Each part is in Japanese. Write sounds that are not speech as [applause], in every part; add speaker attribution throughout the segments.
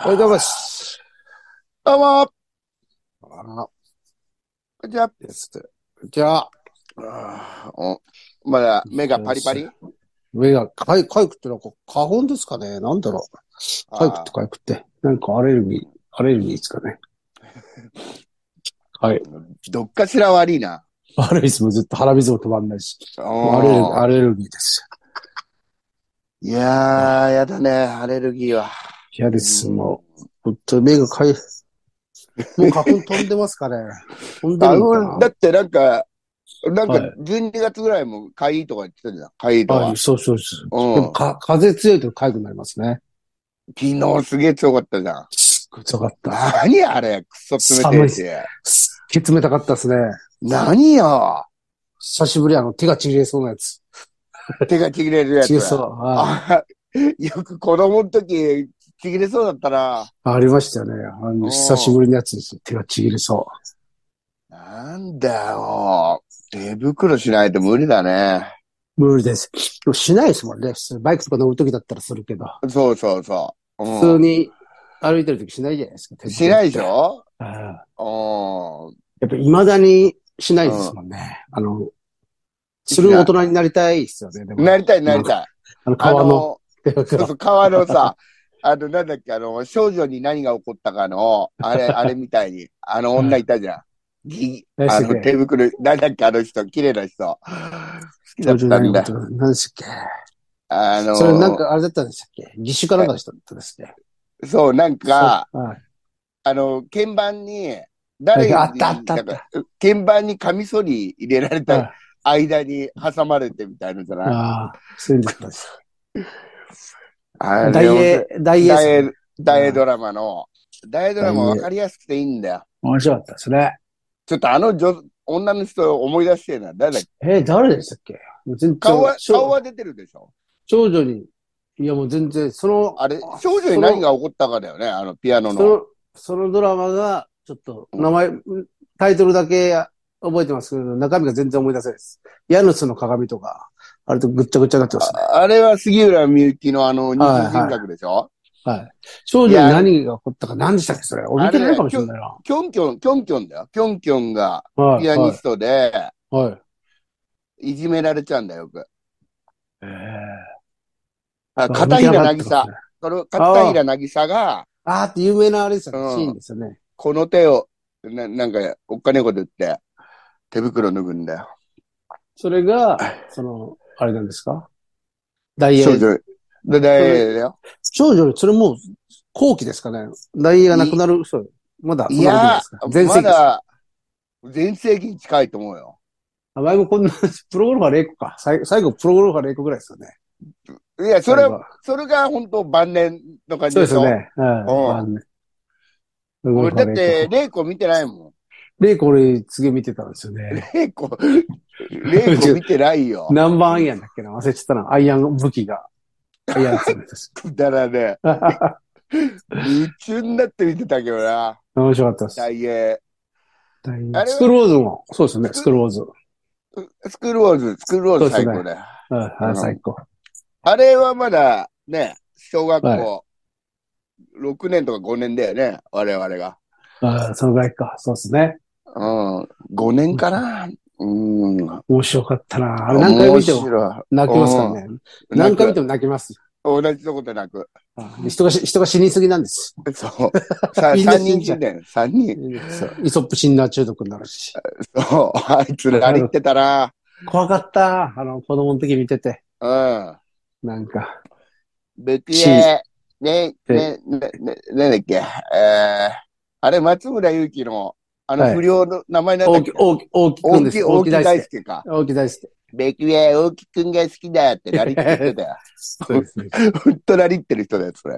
Speaker 1: おはようございます。どうも
Speaker 2: あら、
Speaker 1: こんにちは。
Speaker 2: ですって。じゃあ、
Speaker 1: あーおまだ目がパリパリ
Speaker 2: 目が、かい、かゆくってなんか、花粉ですかねなんだろう。かゆくってかゆくって。なんかアレルギー、アレルギーですかね。はい。
Speaker 1: あーどっかしら悪いな。
Speaker 2: アレルギーもずっと鼻水も止まんないし。ア
Speaker 1: あ
Speaker 2: レルギー、アレルギーです。
Speaker 1: いやー、やだね、アレルギーは。
Speaker 2: 嫌です。もう、本当に目がかゆい。もう花粉飛んでますかね飛んで
Speaker 1: 花
Speaker 2: るのか
Speaker 1: 粉だってなんか、なんか
Speaker 2: はい
Speaker 1: 12月ぐらいもかゆいとか言ってたじゃん。かゆいと
Speaker 2: な
Speaker 1: か。
Speaker 2: はい、そうそうそう。で
Speaker 1: う
Speaker 2: もか風強いとかゆくなりますね。
Speaker 1: ん。昨日すげえ強かったじゃん。
Speaker 2: すっごい強かった。
Speaker 1: 何あれ、くそ冷てえし。
Speaker 2: すっげえ冷たかったですね。
Speaker 1: 何よ。
Speaker 2: 久しぶり、あの、手がちぎれそうなやつ。
Speaker 1: 手がちぎれるやつ。
Speaker 2: ちぎれそう。はい
Speaker 1: あよく子供の時、ちぎれそうだったな。
Speaker 2: ありましたよね。あ
Speaker 1: おー
Speaker 2: の、久しぶりのやつです。手がちぎれそ
Speaker 1: なんだよ。手袋しないと無理だね。
Speaker 2: う。無理です。でもしないですもんね。普通バイクとか乗るときだったらするけど。
Speaker 1: そうそうそう。う
Speaker 2: 普
Speaker 1: ん
Speaker 2: 通に歩いてるときしないじゃないですか。手
Speaker 1: しないでし
Speaker 2: ょ
Speaker 1: ょ
Speaker 2: や
Speaker 1: うん。
Speaker 2: っぱ未だにしないですもんね。あの、する大人になりたいですよね。でも
Speaker 1: なりたいなりたい。
Speaker 2: あの、川の手
Speaker 1: あの、そう
Speaker 2: が。
Speaker 1: そう、川のさ、 [laughs] あの、なんだっけ、あの、少女に何が起こったかの、
Speaker 2: [laughs]
Speaker 1: あれ、あれみたいに、あの女いたじゃん。ぎ
Speaker 2: 何で
Speaker 1: あ
Speaker 2: したっ
Speaker 1: の、
Speaker 2: け
Speaker 1: 手袋、なんだっけ、あの人、綺麗な人。好きだ
Speaker 2: 少
Speaker 1: っ
Speaker 2: 女
Speaker 1: たん
Speaker 2: にな
Speaker 1: だ
Speaker 2: る。こと何でしたっ
Speaker 1: あ
Speaker 2: け
Speaker 1: の、
Speaker 2: それなんかあれだったんでしたっけ義手かなんかでしたったですね。
Speaker 1: そう、なんか、
Speaker 2: そうはい
Speaker 1: あの、鍵盤に、誰に
Speaker 2: あったあったあった
Speaker 1: なんか鍵盤にカミソリ入れられ
Speaker 2: はい
Speaker 1: た間に挟まれてみたいなのじゃない
Speaker 2: ああ、そういうんだったんです。
Speaker 1: あ
Speaker 2: 大
Speaker 1: れ
Speaker 2: 英、大英
Speaker 1: 大
Speaker 2: ですね。
Speaker 1: 英、大英ドラマの、大英ドラマ分かりやすくていいんだよ。
Speaker 2: 面白かったですね。
Speaker 1: ちょっとあの女、女の人を思い出してえな。誰だっけ
Speaker 2: えー誰でしたっけもう全然
Speaker 1: 顔は、
Speaker 2: 少
Speaker 1: 顔は出てるでしょ
Speaker 2: 少女に、いやもう全然、その、
Speaker 1: あれ、少女に何が起こったかだよね、あのピアノ
Speaker 2: そ
Speaker 1: の。
Speaker 2: の、そのドラマが、ちょっと、名前、タイトルだけ覚えてますけど、中身が全然思い出せないです。ヤヌスの鏡とか、あれとぐっちゃぐちゃになってますね。
Speaker 1: ああれは杉浦みゆきのあの、二次人格でしょ、
Speaker 2: はい。少女に何が起こったか、何でしたっけそれ。俺見てないかもしれないな。
Speaker 1: キョンキョン、キョンキョンだよ。キョンキョンが
Speaker 2: はい。
Speaker 1: ピアニストで、
Speaker 2: はい。はい
Speaker 1: いじめられちゃうんだよ、よく。
Speaker 2: え
Speaker 1: あ
Speaker 2: ー
Speaker 1: 片平なぎ。
Speaker 2: 見てなかったで
Speaker 1: さ
Speaker 2: す。ね
Speaker 1: その片平なぎさが、
Speaker 2: あーって有名なあれですよ
Speaker 1: う
Speaker 2: ね。
Speaker 1: ん
Speaker 2: シーンですよね。
Speaker 1: この手を、ななんか、おっかねえこと言って、手袋脱ぐんだよ。
Speaker 2: それが、その、あれなんですか大英
Speaker 1: 少女。で、でだよ。
Speaker 2: 少女、それもう、後期ですかね。大英がなくなる、そう。まだ、
Speaker 1: いや
Speaker 2: そんなことない
Speaker 1: ー、
Speaker 2: です
Speaker 1: ま
Speaker 2: か前世紀ですか。
Speaker 1: だ、全盛期に近いと思うよ。
Speaker 2: あ前もこんな、 [laughs] プロゴルファー0個か。最最後、プロゴルファー0個ぐらいですよね。
Speaker 1: いや、それ
Speaker 2: 最後
Speaker 1: は、それが本当晩年の感じ
Speaker 2: そう
Speaker 1: で
Speaker 2: で
Speaker 1: し
Speaker 2: す
Speaker 1: ょ。
Speaker 2: よね。うん。
Speaker 1: うん
Speaker 2: あのねプロゴル
Speaker 1: 俺
Speaker 2: ファ
Speaker 1: だ
Speaker 2: ー
Speaker 1: っ
Speaker 2: 0
Speaker 1: て、玲子見てない
Speaker 2: [laughs]
Speaker 1: もん。
Speaker 2: 個。0個俺、次見てたんですよね。
Speaker 1: 玲子、玲子見てないよ。
Speaker 2: 何番アイアンだっけな忘れちゃったな。アイアン武器が。アイアンです。
Speaker 1: くだ
Speaker 2: [laughs]
Speaker 1: らねえ。夢中になって見てたけどな。
Speaker 2: 面白かったです。
Speaker 1: 大英。
Speaker 2: 大英
Speaker 1: あれは
Speaker 2: スクローズも、そうですよね。スクローズ。
Speaker 1: スクールウォーズ、スクールウォーズ最
Speaker 2: そ
Speaker 1: 高
Speaker 2: う
Speaker 1: だよ。
Speaker 2: うん
Speaker 1: う
Speaker 2: あ、
Speaker 1: ん
Speaker 2: 最高。
Speaker 1: あれはまだね、小学
Speaker 2: は
Speaker 1: 校6年とか5年だよね、我々が。
Speaker 2: あそのぐらいか。そうですね。
Speaker 1: うん、5年かな。うん。
Speaker 2: 面白かったな。あれ何回見ても
Speaker 1: 面白
Speaker 2: 泣きますからね。
Speaker 1: い
Speaker 2: 何回見
Speaker 1: 泣く
Speaker 2: ても泣きます。
Speaker 1: 同じとことなく。
Speaker 2: あ人がし、人が死にすぎなんです。
Speaker 1: そう。さ
Speaker 2: [laughs] みんな
Speaker 1: 3
Speaker 2: 死
Speaker 1: 人
Speaker 2: んじゃ
Speaker 1: 死
Speaker 2: うん
Speaker 1: だよ、3人。
Speaker 2: そうイソップシンナー中毒になるし。
Speaker 1: そう。あいつらりってたな。
Speaker 2: 怖かった。あの、子供の時見てて。
Speaker 1: うん。
Speaker 2: なんか、
Speaker 1: ベティエ、ね、ね、ね、ね、なんだっけ。えー、あれ、松村祐樹の、あの
Speaker 2: はい
Speaker 1: 不良の名前なんだ
Speaker 2: 大
Speaker 1: っけ
Speaker 2: き、大き、大きくん
Speaker 1: 大
Speaker 2: です
Speaker 1: き、
Speaker 2: よ。大
Speaker 1: 大
Speaker 2: き
Speaker 1: き
Speaker 2: 大
Speaker 1: 大
Speaker 2: 輔。
Speaker 1: 輔か。
Speaker 2: 大き大輔。
Speaker 1: ベキュエ、大木くんが好きだってなりきってたよ。
Speaker 2: そうですね。
Speaker 1: [laughs] ほんとなりってる人だよ、それ。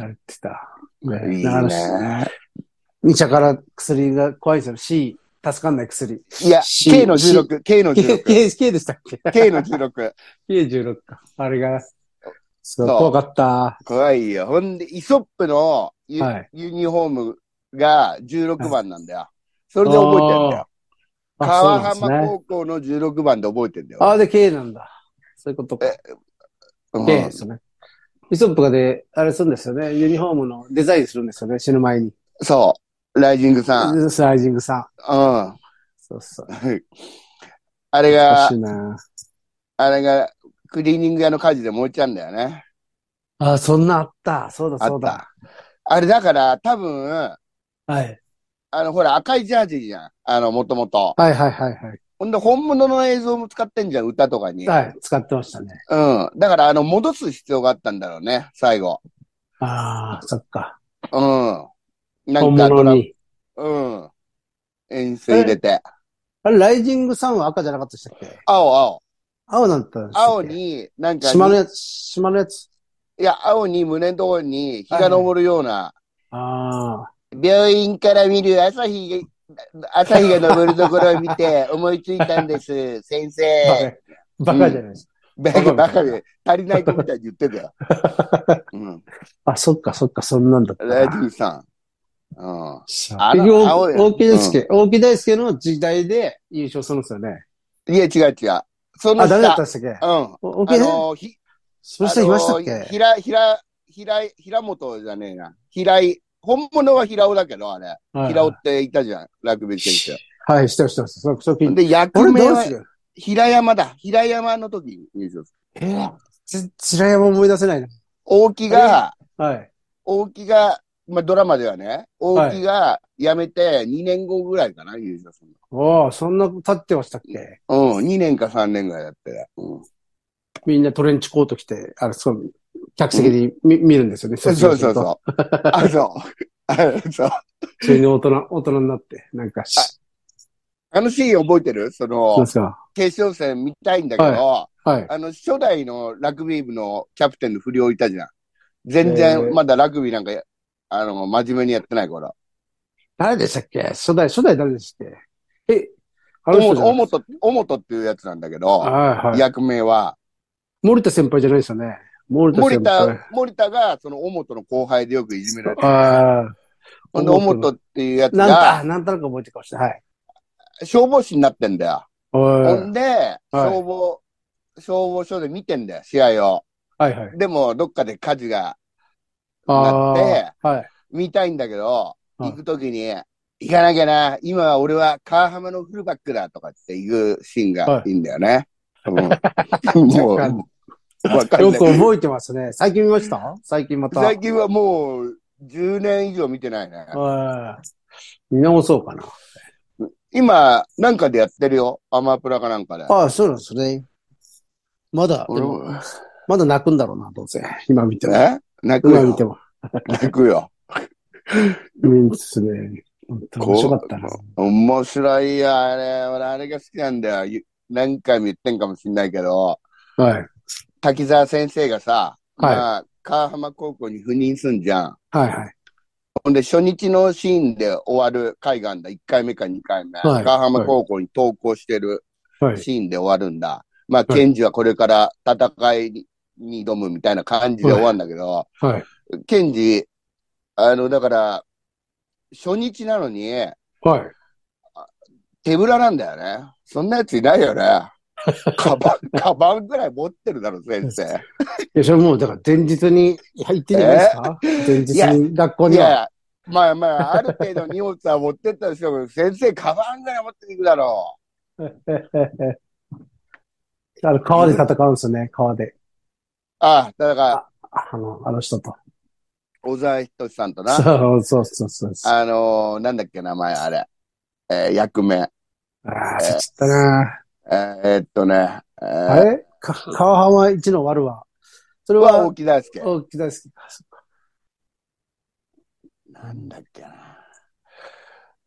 Speaker 2: なってた。
Speaker 1: いい
Speaker 2: あの
Speaker 1: ね。
Speaker 2: 医者から薬が怖いですよ。C、助かんない薬。
Speaker 1: いや、
Speaker 2: し
Speaker 1: K の16、K の
Speaker 2: K、
Speaker 1: 16、
Speaker 2: K、K でしたっけ
Speaker 1: [laughs] K の16。
Speaker 2: ?K16 か。あれが、そう、
Speaker 1: そう
Speaker 2: 怖かった。
Speaker 1: 怖いよ。ほんで、イソップのユ,、
Speaker 2: はい
Speaker 1: ユニフォームが16番なんだよ。それで覚えてんだ
Speaker 2: あ
Speaker 1: よ。川
Speaker 2: そうなん
Speaker 1: 浜
Speaker 2: ですね。
Speaker 1: 高校の16番で覚えてんだよ。
Speaker 2: ああ、で、K なんだ。そういうことか。
Speaker 1: えうん
Speaker 2: K ですね。イソップがで、あれするんですよね。ユニフォームのデザインするんですよね、死ぬ前に。
Speaker 1: そう。ライジングさん。うん。
Speaker 2: スライジングさん。
Speaker 1: [laughs] あ
Speaker 2: そうそう。
Speaker 1: れ
Speaker 2: 欲
Speaker 1: が
Speaker 2: しい、な
Speaker 1: あれが、クリーニング屋の火事で燃えちゃうんだよね。
Speaker 2: あ、そんなあった。そうだ、
Speaker 1: あ
Speaker 2: そ
Speaker 1: っ
Speaker 2: うだ。
Speaker 1: た。あれだから、多分、
Speaker 2: はい。
Speaker 1: あの、ほら、赤いジャージじゃん。あの、もともと。
Speaker 2: はいはいはいは
Speaker 1: ほんで、本物の映像も使ってんじゃん、歌とかに。
Speaker 2: い。はい、使ってましたね。
Speaker 1: うん。だから、あの、戻す必要があったんだろうね、最後。
Speaker 2: ああ、そっか。
Speaker 1: うん。なん
Speaker 2: 本
Speaker 1: か、
Speaker 2: 物に。
Speaker 1: うん。演出入れて。
Speaker 2: あれ、ライジングさんは赤じゃなかったでしたっけ
Speaker 1: 青、青。
Speaker 2: 青なんだったんです
Speaker 1: 青。に、なんか、
Speaker 2: 島のやつ、島のやつ。
Speaker 1: いや、青に胸のところに日が昇るような、
Speaker 2: あ
Speaker 1: 病院から見る朝日が、朝日が昇るところを見
Speaker 2: [laughs]
Speaker 1: て思いついたんです、先
Speaker 2: あ。
Speaker 1: 生。
Speaker 2: バカバカじゃないですか。
Speaker 1: バ
Speaker 2: カ
Speaker 1: カバカで、足りない子みたいに言って
Speaker 2: [laughs]
Speaker 1: たよ。うん。
Speaker 2: あ、そっかそっか、そんなんだったな。
Speaker 1: ライジングさん。うん。
Speaker 2: 結
Speaker 1: あら
Speaker 2: 局、
Speaker 1: 青い
Speaker 2: 大木大輔、大木大輔の時代で優勝するんですよね。
Speaker 1: いや、違う違う。その
Speaker 2: あ、
Speaker 1: 下。
Speaker 2: ダメだったでしたっけ
Speaker 1: うん。
Speaker 2: お大木
Speaker 1: あ
Speaker 2: ね、
Speaker 1: の、ひ、
Speaker 2: その人いましたっ
Speaker 1: あのひ
Speaker 2: け
Speaker 1: ら、ひら、ひら、ひらもとじゃねえな。ひらい、本物はひらおだけど、あれ。
Speaker 2: はい
Speaker 1: ひらおっていたじゃん、ラグビー選
Speaker 2: はい、してました、してました。そ
Speaker 1: 手。
Speaker 2: の時
Speaker 1: で、役
Speaker 2: 俺
Speaker 1: 名
Speaker 2: どう
Speaker 1: は
Speaker 2: する
Speaker 1: 平山だ。平山の時に優勝する。
Speaker 2: えー、ち、白山思い出せないな。
Speaker 1: 大木が、
Speaker 2: はい。
Speaker 1: 大木が、まあ、ドラマではね、大木が辞めて2年後ぐらいかな、優勝する
Speaker 2: ああ、そんな経ってましたっけ
Speaker 1: の。うん、2年か3年ぐらいだったよ。うん。
Speaker 2: みんなトレンチコート着て、あれ、そう、客席に見,、見るんですよね。
Speaker 1: そうそうそう
Speaker 2: う。
Speaker 1: そう。あ、そう。あそう。
Speaker 2: 普通に大人、大人になって、なんかし、
Speaker 1: あのシーン覚えてるそ
Speaker 2: なん
Speaker 1: の
Speaker 2: で、すか。
Speaker 1: 決勝戦見たいんだけど、
Speaker 2: はい。
Speaker 1: あの、初代のラグビー部のキャプテンの不良いたじゃん。全然、まだラグビーなんかや、あの、真面目にやってない頃。
Speaker 2: 誰でしたっけ初代、初代誰でしたっけえ、あ
Speaker 1: お
Speaker 2: の人じゃない
Speaker 1: もと、おもとっていうやつなんだけど、
Speaker 2: はいはい。
Speaker 1: 役名は。
Speaker 2: 森田先輩じゃないですよね。森田
Speaker 1: 森
Speaker 2: 先輩。
Speaker 1: 田、森田が、その、おもとの後輩でよくいじめられてる。
Speaker 2: ああ。
Speaker 1: ほんで、おもとっていうやつ
Speaker 2: なんと、あ
Speaker 1: が、
Speaker 2: なんとなく覚えてるかもしれない。はい。
Speaker 1: 消防士になってんだよ。ほ
Speaker 2: おい
Speaker 1: んで、消防、消防署で見てんだよ、試合を。
Speaker 2: はいはい。
Speaker 1: でも、どっかで火事が
Speaker 2: ああ。はい。
Speaker 1: 見たいんだけど、
Speaker 2: はい
Speaker 1: 行くときに、行かなきゃな、今は俺は川浜のフルバックだとかっていうシーンがいいんだよね。
Speaker 2: [laughs]
Speaker 1: うん、もう、
Speaker 2: 若干
Speaker 1: わかん
Speaker 2: よ
Speaker 1: な
Speaker 2: く
Speaker 1: い
Speaker 2: 覚えてますね。最近見ました最近また。
Speaker 1: 最近はもう10年以上見てないね。
Speaker 2: はい見直そうかな。
Speaker 1: 今、なんかでやってるよ。アマプラかなんかで。
Speaker 2: ああ、そうなんですね。まだ、
Speaker 1: 俺も、
Speaker 2: まだ泣くんだろうな、どうせ。今見ても。
Speaker 1: え泣く
Speaker 2: 今見
Speaker 1: よ
Speaker 2: て。も。
Speaker 1: 泣くよ。
Speaker 2: うん、ですね。本当面白かったな。
Speaker 1: 面白いよ、あれ。俺、あれが好きなんだよゆ。何回も言ってんかもしんないけど、
Speaker 2: はい。
Speaker 1: 滝沢先生がさ、
Speaker 2: はい
Speaker 1: まあ、川浜高校に赴任すんじゃん。
Speaker 2: はいはい。
Speaker 1: ほんで、初日のシーンで終わる海岸だ。1回目か2回目。
Speaker 2: はい
Speaker 1: 川浜高校に投稿してる
Speaker 2: はい。
Speaker 1: シーンで終わるんだ。まあ、
Speaker 2: はい
Speaker 1: ケンジはこれから戦いにに挑むみたいな感じで終わるんだけど、
Speaker 2: はい。
Speaker 1: ケンジ、あの、だから、初日なのに
Speaker 2: はい。
Speaker 1: 手ぶらなんだよね。そんなやついないよね。カバン、カバンぐらい持ってるだろ、先生。
Speaker 2: いや、それもう、だから前日に入ってんじゃないですか前日
Speaker 1: [laughs] いや
Speaker 2: に学校
Speaker 1: い
Speaker 2: に
Speaker 1: や
Speaker 2: は。
Speaker 1: いや、まあまあ、ある程度荷物は持ってったでしょうけど、先 [laughs] 生、カバンぐらい持っていくだろ
Speaker 2: [laughs] あの、川で戦うんですよね、川で。
Speaker 1: う。ああ、だから、
Speaker 2: あの、あの人と。
Speaker 1: 小沢仁志さんとな、
Speaker 2: そうそうそうそうそう。
Speaker 1: あのーなんだっけ、名前、あれ。えー役名。
Speaker 2: ああ、そっちゃったな。
Speaker 1: えーえーっとね、えー
Speaker 2: あれか川浜一の悪は。それ
Speaker 1: は
Speaker 2: は
Speaker 1: 大、木大輔。
Speaker 2: 大き大好きか。そっか
Speaker 1: なんだっけな。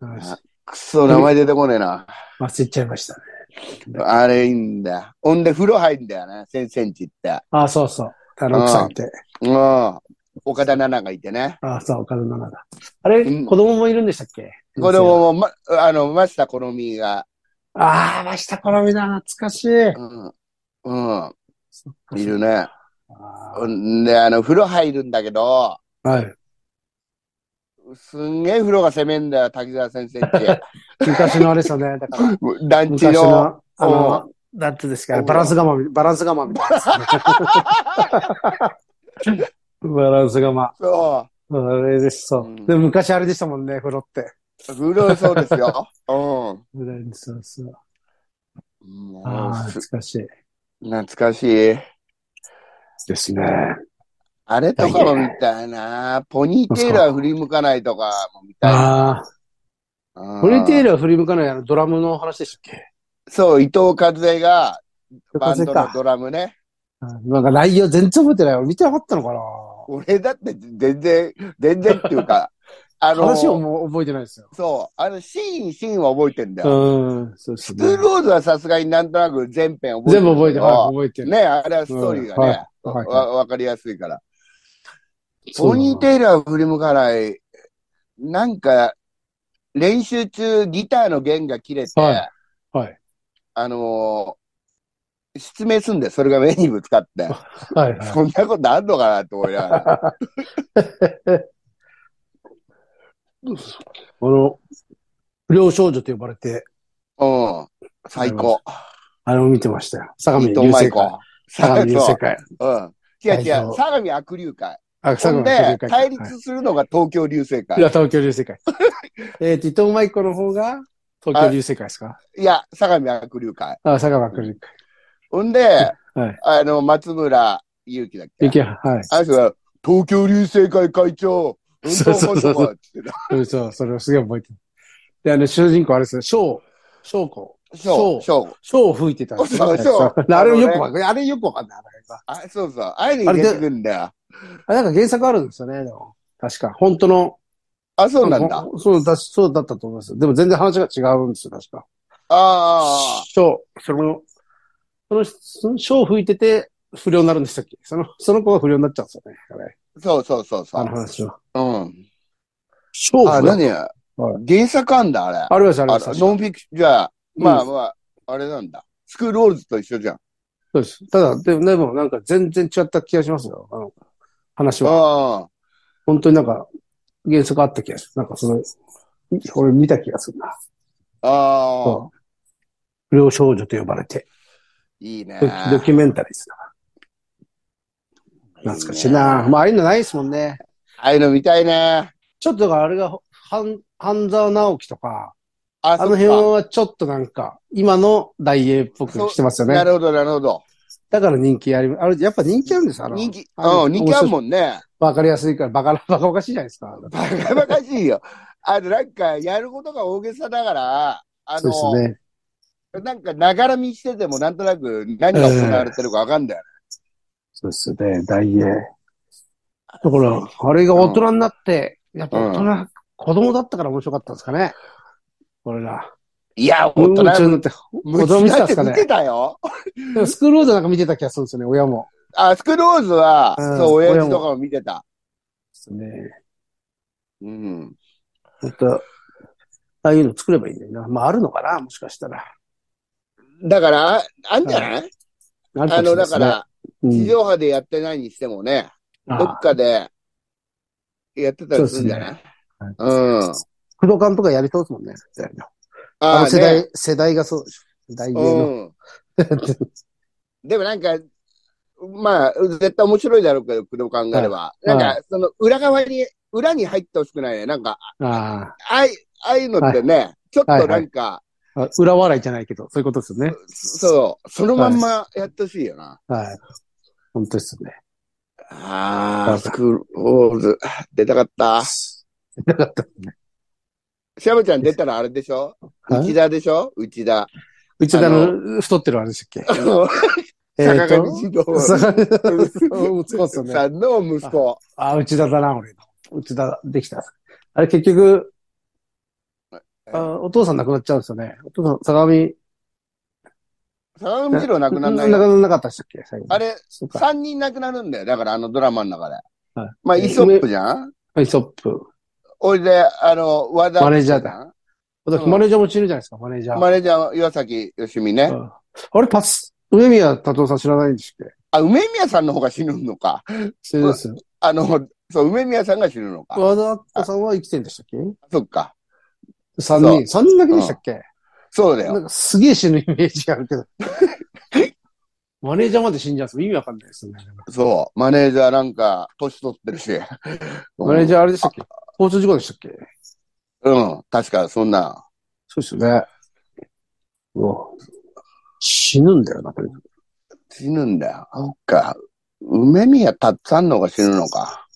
Speaker 2: あ
Speaker 1: くそ、名前出てこねえな。
Speaker 2: 忘れちゃいましたね。
Speaker 1: あれいいんだよ。ほんで、風呂入んだよね、先生んちって。
Speaker 2: ああ、そうそう。あの、奥さんいて。
Speaker 1: うん。岡田奈々がいてね。
Speaker 2: ああ、そう、岡田奈々だ。あれ、
Speaker 1: うん
Speaker 2: 子供もいるんでしたっけ
Speaker 1: 子供も、ま、あの、マスタコロミが、
Speaker 2: ああ、ましたころみだ。懐かしい。
Speaker 1: うん。うん。
Speaker 2: そっか
Speaker 1: いるね。
Speaker 2: あ
Speaker 1: んで、あの、風呂入るんだけど、
Speaker 2: あはい。
Speaker 1: すんげえ風呂が攻めんだよ、滝沢先生ん
Speaker 2: [laughs]
Speaker 1: ち。
Speaker 2: 昔のあれですよね。だから、
Speaker 1: 団地
Speaker 2: 昔
Speaker 1: の。
Speaker 2: の、あの、 [laughs] なんていうんですか、バランス釜み、バランス釜みたいなやつね。バランスがまあ、
Speaker 1: そ
Speaker 2: あれでしそうう。
Speaker 1: ん
Speaker 2: でも昔あれでしたもんね、風呂って。
Speaker 1: う。うるそうです
Speaker 2: [laughs]
Speaker 1: よ。うん。
Speaker 2: そうそう。
Speaker 1: も
Speaker 2: ああ、
Speaker 1: うす
Speaker 2: 懐かしい。
Speaker 1: 懐かしい。
Speaker 2: ですね。
Speaker 1: あれとかも見たいな。ポニーテールは振り向かないとかも見たいな。
Speaker 2: ああ、ポニーテールは振り向かないあのドラムの話でしたっけ
Speaker 1: そう、伊藤和恵がバンドの
Speaker 2: か。
Speaker 1: ドラムね。
Speaker 2: うんなんか内容全然覚えてない。俺見てなかったのかな
Speaker 1: 俺だって全然、全然っていうか、あの、
Speaker 2: 話をもう覚えてないですよ。
Speaker 1: そう、あの、シーン、シーンは覚えてんだよ。
Speaker 2: うん、そうです
Speaker 1: ス
Speaker 2: ね
Speaker 1: ク。ールローズはさすがになんとなく全編覚えてるけど。
Speaker 2: 全部覚えてる。はい覚えてる。
Speaker 1: ね、あれはストーリーがね、
Speaker 2: うん
Speaker 1: わ
Speaker 2: はいはい
Speaker 1: わわかりやすいから。
Speaker 2: そう
Speaker 1: ポ
Speaker 2: だな
Speaker 1: ニーテールは振り向かない。なんか、練習中ギターの弦が切れて、
Speaker 2: はいはい。
Speaker 1: あのー失明すんで、それが目にぶつかって。
Speaker 2: はい、はい。
Speaker 1: そんなことあんのかなって思い
Speaker 2: [laughs]
Speaker 1: ながら。
Speaker 2: この、不良少女と呼ばれて、
Speaker 1: うん。最高。
Speaker 2: あれを見てましたよ。相模
Speaker 1: 伊
Speaker 2: 流
Speaker 1: 藤
Speaker 2: 星
Speaker 1: 舞子
Speaker 2: 会。。相模流星会。
Speaker 1: うん。違う違う。
Speaker 2: 代
Speaker 1: 相
Speaker 2: 表
Speaker 1: 模悪流会。
Speaker 2: あ、
Speaker 1: そ
Speaker 2: 相模
Speaker 1: ん
Speaker 2: 流
Speaker 1: で
Speaker 2: 星、会。
Speaker 1: 対
Speaker 2: はい
Speaker 1: 立するのが東京流星
Speaker 2: い
Speaker 1: 会。
Speaker 2: や、東京流星会。 [laughs] えっと、伊藤舞子の方が、東京流星会ですか
Speaker 1: いや、相模悪流会。
Speaker 2: あ、相模流星会。
Speaker 1: ほんで、
Speaker 2: はい
Speaker 1: あの、松村祐樹だっけ
Speaker 2: いけ、はい。
Speaker 1: あの人が、東京流星会会長、運動
Speaker 2: そうそうそうそう
Speaker 1: 本とか
Speaker 2: うんそう、それをすげえ覚えてる。で、あの、主人公あれですね、翔、翔子。
Speaker 1: そ
Speaker 2: 翔。
Speaker 1: う、そう。
Speaker 2: 翔を吹いてたんですよ
Speaker 1: そうそう
Speaker 2: であれもよくわかんない。あれよくわかんない。あれが
Speaker 1: あ、そうそう。ああいうの入れてくんだよ。
Speaker 2: あなんか原作あるんですよね、でも。確か。本当の。
Speaker 1: あ、そうなんだ。あ。
Speaker 2: そうだ、そうだったと思います。でも全然話が違うんですよ、確か。
Speaker 1: あ
Speaker 2: そう。その、その、その、翔を吹いてて、不良になるんでしたっけその、その子が不良になっちゃうんですよね。あれ
Speaker 1: ー、そうそうそうそ
Speaker 2: あ
Speaker 1: う
Speaker 2: の。話は。
Speaker 1: うん。
Speaker 2: 翔
Speaker 1: あ、
Speaker 2: 吹
Speaker 1: 何や。
Speaker 2: はい
Speaker 1: 原作あんだ、あれ。
Speaker 2: ありました、あり
Speaker 1: あ
Speaker 2: ました。
Speaker 1: の
Speaker 2: そ
Speaker 1: ノンフィクション、じゃあ、
Speaker 2: うん
Speaker 1: まあまあ、あれなんだ。スクールオールズと一緒じゃん。
Speaker 2: うです。ただ、でも、でもなんか全然違った気がしますよ。あの、話は。
Speaker 1: あ
Speaker 2: 本当になんか、原則あった気がする。なんかその、これ見た気がするな。
Speaker 1: あ、ああ、
Speaker 2: そう不良少女と呼ばれて、
Speaker 1: いいね。
Speaker 2: ドドキュメンタリーですな。懐かしいな。まあ、ああいうのないですもんね。
Speaker 1: ああいうの見たいね。
Speaker 2: ちょっとだからあれが、半、半沢直樹とか、
Speaker 1: あ、
Speaker 2: あの辺はちょっとなんか、今の大英っぽくしてます
Speaker 1: そ
Speaker 2: よ
Speaker 1: っか
Speaker 2: ね。
Speaker 1: なるほど、なるほど。
Speaker 2: だから人気あり、あれ、やっぱ人気あるんですあの、
Speaker 1: 人気、
Speaker 2: あの
Speaker 1: うん、人気あるもんね。
Speaker 2: わかりやすいから、 [laughs] バカな、バカおかしいじゃないですか。
Speaker 1: バカバカしいよ。あの、なんか、やることが大げさだから、あ
Speaker 2: そう
Speaker 1: の、
Speaker 2: ですね。
Speaker 1: なんか、ながら見してても、なんとなく、何が行われてるかわかんだよね。
Speaker 2: そうですね、大英。だから、あれが大人になって、やっぱ大人、子供だったから面白かったんですかね。俺ら。
Speaker 1: いや、
Speaker 2: 大
Speaker 1: 大
Speaker 2: 人
Speaker 1: 人
Speaker 2: になって、大人見てたんですか
Speaker 1: 見て
Speaker 2: ね。
Speaker 1: たよ。
Speaker 2: でもスクールオーズなんか見てた気がするんですよね、親も。
Speaker 1: あ、スクローズは、
Speaker 2: うん
Speaker 1: そう、親父とかも見てた。
Speaker 2: そうですね。
Speaker 1: うん。
Speaker 2: また、ああいうの作ればいいんだよな。まあ、あるのかな、もしかしたら。
Speaker 1: だから、ああんじゃない
Speaker 2: ある
Speaker 1: あ
Speaker 2: かもしれない
Speaker 1: の、
Speaker 2: で
Speaker 1: だ
Speaker 2: す
Speaker 1: か
Speaker 2: ね、
Speaker 1: ら、
Speaker 2: うん
Speaker 1: 地上波でやってないにしてもね、ど
Speaker 2: あ
Speaker 1: っかでやってたりするんじゃない
Speaker 2: あはい
Speaker 1: うん。
Speaker 2: 工藤館とかやりそうですもんね。あ
Speaker 1: あ
Speaker 2: の
Speaker 1: あ
Speaker 2: 世代、
Speaker 1: ね
Speaker 2: 世代がそうでしょ。大英の。
Speaker 1: うん。でもなんか、まあ、絶対面白いだろうけど、工藤考えれば。
Speaker 2: い
Speaker 1: なんか、その裏側に、裏に入ってほしくないね。なんか、
Speaker 2: あ
Speaker 1: あい、ああいうのってね、ちょっとなんか、
Speaker 2: ああ。裏笑いじゃないけど、そういうことですよね。
Speaker 1: そう、そのまんまやってほしいよな。
Speaker 2: はい。本当ですよね。
Speaker 1: ああ、スクールウォーズ、出たかった。
Speaker 2: なかった。
Speaker 1: シャバちゃん出たらあれでしょ
Speaker 2: はい
Speaker 1: 内田でしょ内田。
Speaker 2: うちだの、太ってるあれでしたっけえ
Speaker 1: 坂
Speaker 2: ーと
Speaker 1: 上二郎
Speaker 2: 坂上 [laughs] そうっすよね。
Speaker 1: さんの息子。
Speaker 2: あ、内田だな、俺の。内田、できた。あれ結局、あお父さん亡くなっちゃうんですよね。お父さん、相模、
Speaker 1: 坂上二郎亡くならない
Speaker 2: 亡
Speaker 1: よ。
Speaker 2: くならなかったでしたっけ最後。
Speaker 1: あれ、
Speaker 2: そうか。
Speaker 1: [laughs] 三人亡くなるんだよ。だからあのドラマの中で。
Speaker 2: はい
Speaker 1: まあ、イソップじゃん
Speaker 2: イソップ。
Speaker 1: おいで、あの、和田。
Speaker 2: マネージャー
Speaker 1: だ。
Speaker 2: 私、
Speaker 1: うん
Speaker 2: マネージャーも死ぬじゃないですか、マネージャー。
Speaker 1: マネージャー、岩崎よしみね
Speaker 2: う。んあれ、パス、上宮達夫さん知らないんでしたっけ
Speaker 1: あ、梅宮さんの方が死ぬのか。 [laughs]
Speaker 2: 死ぬですよ。
Speaker 1: あの、そう、梅宮さんが死ぬのか。
Speaker 2: 和田明日香さんは生きてんでしたっけ
Speaker 1: そっか。
Speaker 2: 三人。三人だけでしたっけ
Speaker 1: そうだ
Speaker 2: な
Speaker 1: よ。 [laughs]
Speaker 2: んかすげえ死ぬイメージがあるけど。マネージャーまで死んじゃうんですよ。意味わかんないですよね。
Speaker 1: そう。マネージャーなんか、年取ってるし。
Speaker 2: [laughs] マネージ
Speaker 1: ャ
Speaker 2: ャーあれでしたっけ交通事故でしたっけ
Speaker 1: ーうん。確か、そんな。
Speaker 2: そうですよね。うわ死ぬんだよな、これ。
Speaker 1: 死ぬんだよ。そっか。梅宮たっさんの方が死ぬのか。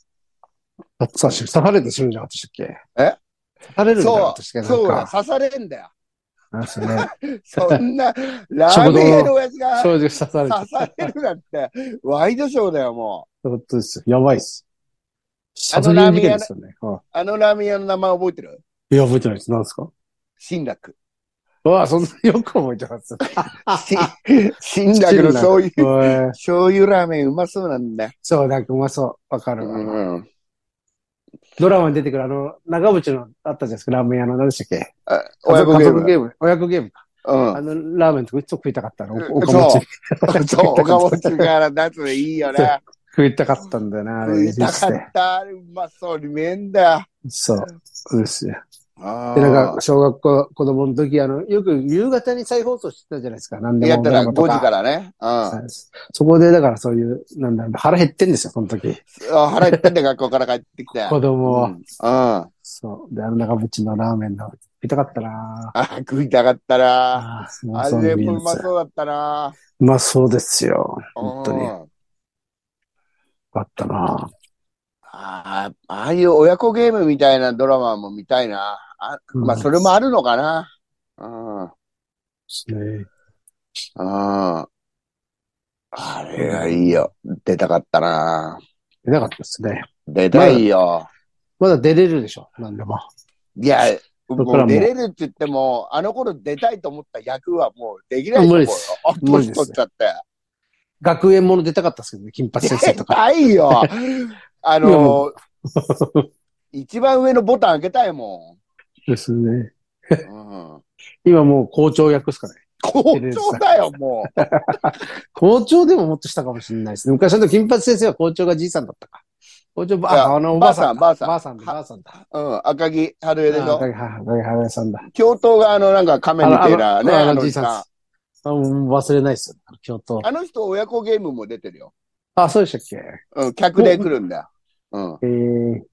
Speaker 2: だってさ刺されて死ぬんじゃなかったでしたっけ
Speaker 1: え
Speaker 2: 刺されるんじゃなかったでしたっけ
Speaker 1: そう
Speaker 2: なん
Speaker 1: だ、
Speaker 2: か
Speaker 1: 刺されんだよ。
Speaker 2: なんですよね。
Speaker 1: そ
Speaker 2: [laughs]
Speaker 1: んな、ラーメン屋の親父が
Speaker 2: 正直刺されて。
Speaker 1: 刺されるなんて、ワイドショーだよ、もう。
Speaker 2: 本当ですよ。やばいっす。
Speaker 1: あ
Speaker 2: 殺
Speaker 1: のラー
Speaker 2: 人
Speaker 1: メ
Speaker 2: 事
Speaker 1: ン
Speaker 2: 件
Speaker 1: 屋の
Speaker 2: ですよね。は
Speaker 1: あのラーメン屋の名前覚えてる
Speaker 2: いいや、覚えてないです。何ですか [laughs]
Speaker 1: 新楽。
Speaker 2: うわあ、そんなよく覚えてます。
Speaker 1: し新楽の醤油、
Speaker 2: へえ
Speaker 1: 醤油ラーメンうまそうなんだよ。
Speaker 2: そう、なんかうまそう。わか
Speaker 1: う
Speaker 2: るわ、
Speaker 1: んうん。
Speaker 2: ドラマに出てくるあの、長渕のあったじゃないですか、ラーメン屋の何でしたっけ
Speaker 1: あ親子ゲー
Speaker 2: 家
Speaker 1: ム。
Speaker 2: 族ゲーム。親子ゲームか。
Speaker 1: うん
Speaker 2: あ。の、ラーメンとかいつも食いたかったの。おおか
Speaker 1: そ
Speaker 2: も
Speaker 1: う
Speaker 2: ち。
Speaker 1: そう、岡本から夏でいいよね。
Speaker 2: 食いたかったんだよな、あれ。
Speaker 1: 食いたか
Speaker 2: リリー
Speaker 1: った。あれうまそうに見えんだよ。
Speaker 2: スでそう。そうですよ。
Speaker 1: あ
Speaker 2: で、なんか、小学校、子供の時、あの、よく夕方に再放送してたじゃないですか。何
Speaker 1: ー
Speaker 2: で
Speaker 1: や
Speaker 2: も
Speaker 1: った
Speaker 2: ド
Speaker 1: ら
Speaker 2: ラマ
Speaker 1: 5
Speaker 2: とか。
Speaker 1: 時からね。うん。
Speaker 2: はいそこで、だからそういう、なんだろう、腹減ってんですよ、その時。
Speaker 1: あ腹減ってんだよ、学校から帰っ
Speaker 2: [laughs]
Speaker 1: てきて。
Speaker 2: 子供は。
Speaker 1: うん。あ
Speaker 2: そう。で、あの長渕のラーメンの、食いたかったな
Speaker 1: あ、食いたかったな。
Speaker 2: ああ、
Speaker 1: あ
Speaker 2: そう
Speaker 1: れ
Speaker 2: いう
Speaker 1: も
Speaker 2: や
Speaker 1: うま
Speaker 2: つ。
Speaker 1: そうだったな。
Speaker 2: うまそうですよ。本当に。
Speaker 1: うん
Speaker 2: あったな
Speaker 1: ああ、ああいう親子ゲームみたいなドラマも見たいな。あ
Speaker 2: うん
Speaker 1: まあ、それもあるのかな。うん。
Speaker 2: そうですね。
Speaker 1: ああ。あれがいいよ。出たかったな。
Speaker 2: 出なかったですね。
Speaker 1: 出たいよ。
Speaker 2: まだ出れるでしょ、なんでも。
Speaker 1: いや、
Speaker 2: から
Speaker 1: も
Speaker 2: も
Speaker 1: う
Speaker 2: う
Speaker 1: 出れるって言っても、あの頃出たいと思った役はもうできないと
Speaker 2: あ
Speaker 1: 思
Speaker 2: 無
Speaker 1: う
Speaker 2: 理
Speaker 1: よ
Speaker 2: です。
Speaker 1: あ、
Speaker 2: 無理
Speaker 1: 年
Speaker 2: です
Speaker 1: 取っちゃって。
Speaker 2: 学園もの出たかったですけどね、金八先生
Speaker 1: 出
Speaker 2: とか。
Speaker 1: たいよ。あ
Speaker 2: いや
Speaker 1: の
Speaker 2: も
Speaker 1: ー、一番上のボタン開けたいも
Speaker 2: ですね。
Speaker 1: ん。
Speaker 2: [laughs]
Speaker 1: うん、
Speaker 2: 今もう校長役ですかね。
Speaker 1: 校長だよ、もう。
Speaker 2: 校長でももっとしたかもしれないですね。昔の金八先生は校長がじいさんだったか。校長、
Speaker 1: いや
Speaker 2: あ、あの、おばあさんだ。
Speaker 1: ばあさん
Speaker 2: ば
Speaker 1: ばあ
Speaker 2: あさんだ、ばあさんだ。
Speaker 1: うん、赤木春江でし
Speaker 2: あ
Speaker 1: ょ。
Speaker 2: はいはいはいはいはいさんだ。
Speaker 1: 教頭があの、なんか仮面みたいなね、
Speaker 2: あのあの
Speaker 1: あ
Speaker 2: あ
Speaker 1: の
Speaker 2: の
Speaker 1: お
Speaker 2: じ
Speaker 1: じ
Speaker 2: いさ
Speaker 1: さ
Speaker 2: ん
Speaker 1: ん
Speaker 2: ですあもう忘れないですよ。京都。
Speaker 1: あの人、親子ゲームも出てるよ。
Speaker 2: あ、そうでしたっけ
Speaker 1: うん、客で来るんだよ。うん。 [laughs]
Speaker 2: ええ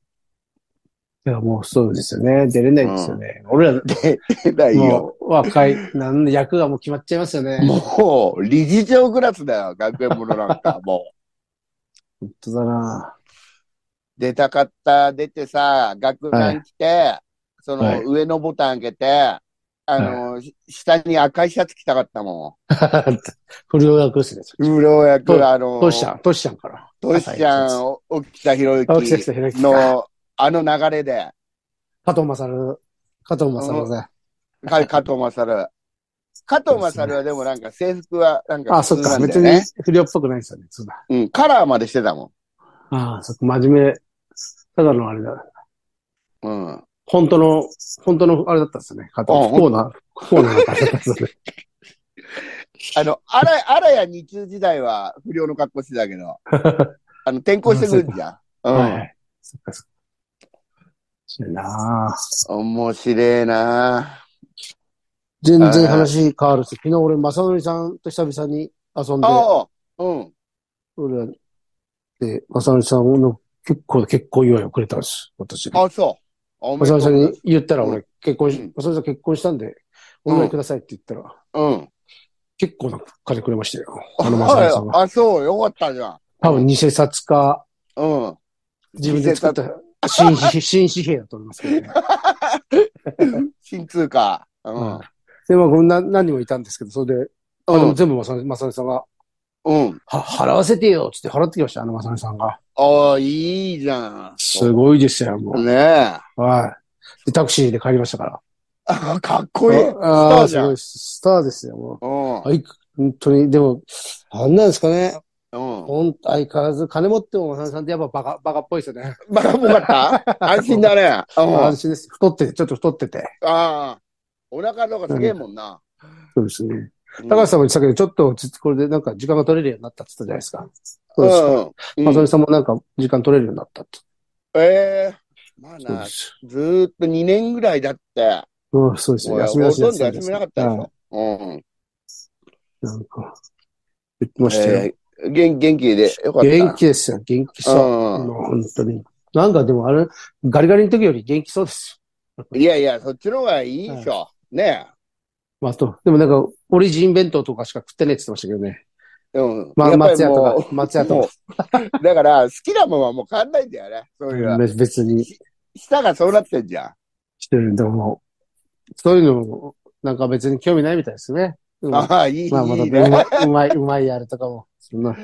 Speaker 2: いや、もうそうですよね。出れないですよね。俺ら、
Speaker 1: 出ないよ。
Speaker 2: もう若い、なんで役がもう決まっちゃいますよね。
Speaker 1: もう、理事長クラスだよ、学園ものなん [laughs] か、もう。
Speaker 2: 本当だな [laughs]
Speaker 1: 出たかった、出てさ、学ラン来て、その、
Speaker 2: はい
Speaker 1: 上のボタン開けて、あの、し下に赤いシャツ着たかったも
Speaker 2: 不良役ですね。
Speaker 1: ん。うろやく、
Speaker 2: ト
Speaker 1: あの、
Speaker 2: トシちゃん、トシちゃんから。
Speaker 1: トシちゃん、お沖田博
Speaker 2: 青木先
Speaker 1: 之
Speaker 2: 生、開きの、
Speaker 1: の、あの流れで、
Speaker 2: 加藤勝、加藤勝ね。
Speaker 1: か加藤勝。加藤勝はでもなんか制服はなんか
Speaker 2: あ、
Speaker 1: 普
Speaker 2: そ
Speaker 1: 通
Speaker 2: っ
Speaker 1: な
Speaker 2: か、
Speaker 1: んだ
Speaker 2: 別
Speaker 1: よ
Speaker 2: に
Speaker 1: ね。
Speaker 2: 不良っぽくないですよね。そうだ。
Speaker 1: うん、カラーまでしてたも
Speaker 2: ああ、そっか、真面目。ただのあれだ。
Speaker 1: ん。うん。
Speaker 2: 本当の、本当のあれだったんですよね。加藤。
Speaker 1: あ
Speaker 2: 不幸な、不幸なのか。
Speaker 1: あの、あら、あらや日中時代は不良の格好してた
Speaker 2: [laughs]
Speaker 1: けど、あの、転校してくるじゃん。うん。
Speaker 2: はい。そっかそっか。そうやな
Speaker 1: 面白いな
Speaker 2: 全然話変わるし、昨日俺、正則さんと久々に遊んで、
Speaker 1: ああ、うん。
Speaker 2: 俺らで、正則さんの結構、結婚祝いをくれたんです、私。
Speaker 1: あそう。お
Speaker 2: 正則さ
Speaker 1: めでとうござ
Speaker 2: ん
Speaker 1: いま
Speaker 2: に言ったら
Speaker 1: う
Speaker 2: 俺、結婚
Speaker 1: うん
Speaker 2: し、正則さん結婚したんで、お祝いくださいって言ったら、
Speaker 1: す。うん。
Speaker 2: 結構な金くれましたよ。あの正則さん
Speaker 1: あ
Speaker 2: が。
Speaker 1: あ、そう、よかったじゃん。
Speaker 2: 多分、偽札か、
Speaker 1: うん。
Speaker 2: 自分で作った新紙、新紙幣だと思いますけどね。
Speaker 1: 新通貨。う
Speaker 2: うん
Speaker 1: ん。
Speaker 2: で、まあ、こんな、何人もいたんですけど、それで、あ
Speaker 1: うん
Speaker 2: でも全部正則正則さんが、
Speaker 1: うん。
Speaker 2: は、払わせてよつって払ってきました、あの、まさみさんが。
Speaker 1: ああ、いいじゃん。
Speaker 2: すごいですよ、も
Speaker 1: ねえ。
Speaker 2: う。はい。で、タクシーで帰りましたから。
Speaker 1: あかっこいい。うん。
Speaker 2: あ
Speaker 1: ス
Speaker 2: あ、す
Speaker 1: ターじゃん
Speaker 2: ごいです、スターですよ、もう。
Speaker 1: う
Speaker 2: はい、本当に、でも、あんなんですかね。
Speaker 1: ん。
Speaker 2: ほん、相変わらず、金持ってもまさみさんってやっぱバカ、バカっぽいですよね。
Speaker 1: バカっぽかった [laughs] 安心だね。うん。あ
Speaker 2: 安心です。太ってて、ちょっと太ってて。
Speaker 1: あ。お腹の方がすげえもんな。
Speaker 2: そうですね。
Speaker 1: うん
Speaker 2: 高橋さんも言ってたけど、ちょっと落ち着これでなんか時間が取れるようになったって言ったじゃないですか。そうですか。
Speaker 1: うん。
Speaker 2: まさ
Speaker 1: うん
Speaker 2: みさんもなんか時間取れるようになったって。
Speaker 1: ええ。まあ
Speaker 2: そう
Speaker 1: な
Speaker 2: で、す。
Speaker 1: ずーっと2年ぐらいだって。
Speaker 2: うん、そうですよ。
Speaker 1: もう
Speaker 2: 休み
Speaker 1: ほ
Speaker 2: なし
Speaker 1: とんど
Speaker 2: ですよ
Speaker 1: 休みなかったでしょ。うん。
Speaker 2: なんか、言ってましたよ。
Speaker 1: えー元元気でよかった。
Speaker 2: 元気ですよ、元気そう。
Speaker 1: う
Speaker 2: もう本当に。なんかでもあれ、ガリガリの時より元気そうです
Speaker 1: ん。いやいや、そっちの方がいいでしょ。ね
Speaker 2: よ。まあ、あと、でもなんか、オリジン弁当とかしか食ってねえって言ってましたけどね。
Speaker 1: え。うん。
Speaker 2: ま
Speaker 1: や
Speaker 2: あ、
Speaker 1: っぱ
Speaker 2: 松
Speaker 1: り
Speaker 2: 屋
Speaker 1: もう
Speaker 2: とか、松屋と
Speaker 1: もうだから、好きなもんはもう変わんないんだよね。そういうの
Speaker 2: か、
Speaker 1: は。
Speaker 2: 別別に
Speaker 1: 舌がそうなってんじゃん。
Speaker 2: してるんで、もう、そういうのも、なんか別に興味ないみたいですね。うんまあ、
Speaker 1: ああ、いい、
Speaker 2: まあ、
Speaker 1: いい
Speaker 2: だ
Speaker 1: ね。
Speaker 2: うまい、うまい、うまいやるとかも。そんな。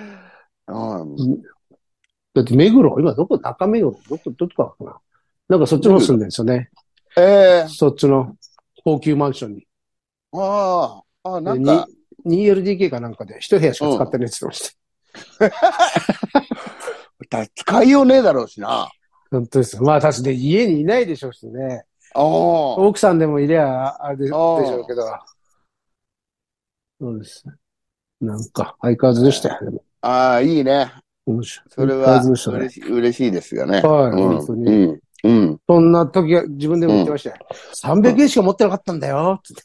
Speaker 1: うん。
Speaker 2: だって、目黒、今どこ、中目黒、どこ、どこかな。なんかそっちの方住んでるんですよね。
Speaker 1: ええ
Speaker 2: そっちの高級マンションに。
Speaker 1: ああ、あなんか、
Speaker 2: に 2LDK かなんかで、一部屋しか使ってないって言ってました。
Speaker 1: だ使いようねえだろうしな。
Speaker 2: 本当ですよ。まあ確かに家にいないでしょうしね。
Speaker 1: ああ。
Speaker 2: 奥さんでもいりゃ、あれででし
Speaker 1: ああ
Speaker 2: ょうけど。そうです。なんか、相変わらずでしたよ。でも
Speaker 1: ああ、いいね。
Speaker 2: 面白い
Speaker 1: それ
Speaker 2: 相
Speaker 1: は、
Speaker 2: 変わらずでしたね
Speaker 1: 嬉し嬉しいですよね。
Speaker 2: はい
Speaker 1: うん
Speaker 2: 本当に
Speaker 1: うん。うん。
Speaker 2: そんな時は自分でも言ってましたよ。300円しか持ってなかったんだよ。つって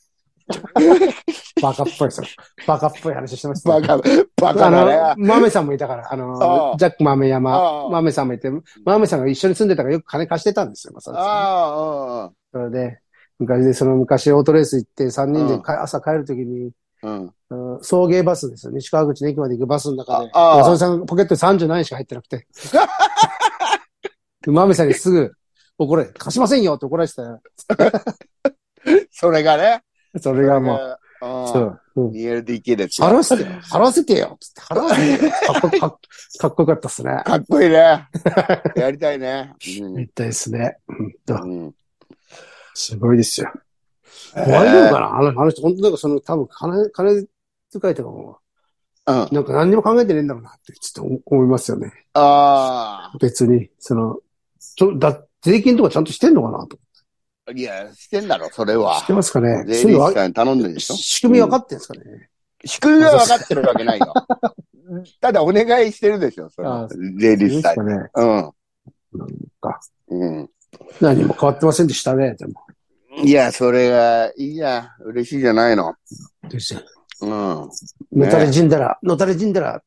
Speaker 2: バカっぽいですよ。バカっぽい話してました
Speaker 1: バ
Speaker 2: よ。
Speaker 1: カ、 [laughs] バカ
Speaker 2: あの、
Speaker 1: だね。
Speaker 2: マメさんもいたから、あ
Speaker 1: あ
Speaker 2: の
Speaker 1: あ、
Speaker 2: ジャック豆山、
Speaker 1: あ
Speaker 2: マメさんもいて、マメさんが一緒に住んでたからよく金貸してたんですよ、まさ
Speaker 1: あ、
Speaker 2: みさんに
Speaker 1: ああ、
Speaker 2: それで、昔で、その昔オートレース行って3人でか朝帰るときに、
Speaker 1: うん。うん
Speaker 2: あの送迎バスですよね。西川口の駅まで行くバスの中で。
Speaker 1: ああ
Speaker 2: まさみさんポケットに37円しか入ってなく
Speaker 1: [laughs]
Speaker 2: て。でマメさんにすぐ怒られ、貸しませんよって怒られてたよ。
Speaker 1: それがね。
Speaker 2: それがもう、
Speaker 1: うん。
Speaker 2: そう。うん
Speaker 1: 2LDK ですよ。
Speaker 2: 払わせてよ払わせてよつって払わせて [laughs] よかっこかっかっこよかったっすね。
Speaker 1: かっこい [laughs] いね。やりたいね。
Speaker 2: みたいですね。うん
Speaker 1: う
Speaker 2: と
Speaker 1: ん。うん。
Speaker 2: すごいですよ。怖いのかなあのあの人、本当なんかその多分金、金遣いとかも、
Speaker 1: えーうん。
Speaker 2: なんか何にも考えてねえんだろうなって、ちょっと思いますよね。
Speaker 1: あ
Speaker 2: 別に、その、ちょ、だ、税金とかちゃんとしてんのかなと。
Speaker 1: あ。いや、してんだろ、それは
Speaker 2: 知っ。てますかね
Speaker 1: 税
Speaker 2: そういう
Speaker 1: 理
Speaker 2: のわ
Speaker 1: 士さんに頼んでるでしょ
Speaker 2: 仕組み分かってんですかね、
Speaker 1: 仕組みは分かってるわけな
Speaker 2: [laughs]
Speaker 1: いよ。ただお願いしてるでしょ、それ
Speaker 2: あ
Speaker 1: は
Speaker 2: そ。
Speaker 1: 税
Speaker 2: い
Speaker 1: 理
Speaker 2: い
Speaker 1: 士
Speaker 2: で
Speaker 1: さ
Speaker 2: す
Speaker 1: んに。
Speaker 2: かね
Speaker 1: うん。
Speaker 2: なんか、
Speaker 1: うん。
Speaker 2: 何も変わってませんでしたね、でも。
Speaker 1: いや、それが、いいや、嬉しいじゃないの。
Speaker 2: ですよ
Speaker 1: うん。
Speaker 2: のたれ死んだら、のたれ死んだら、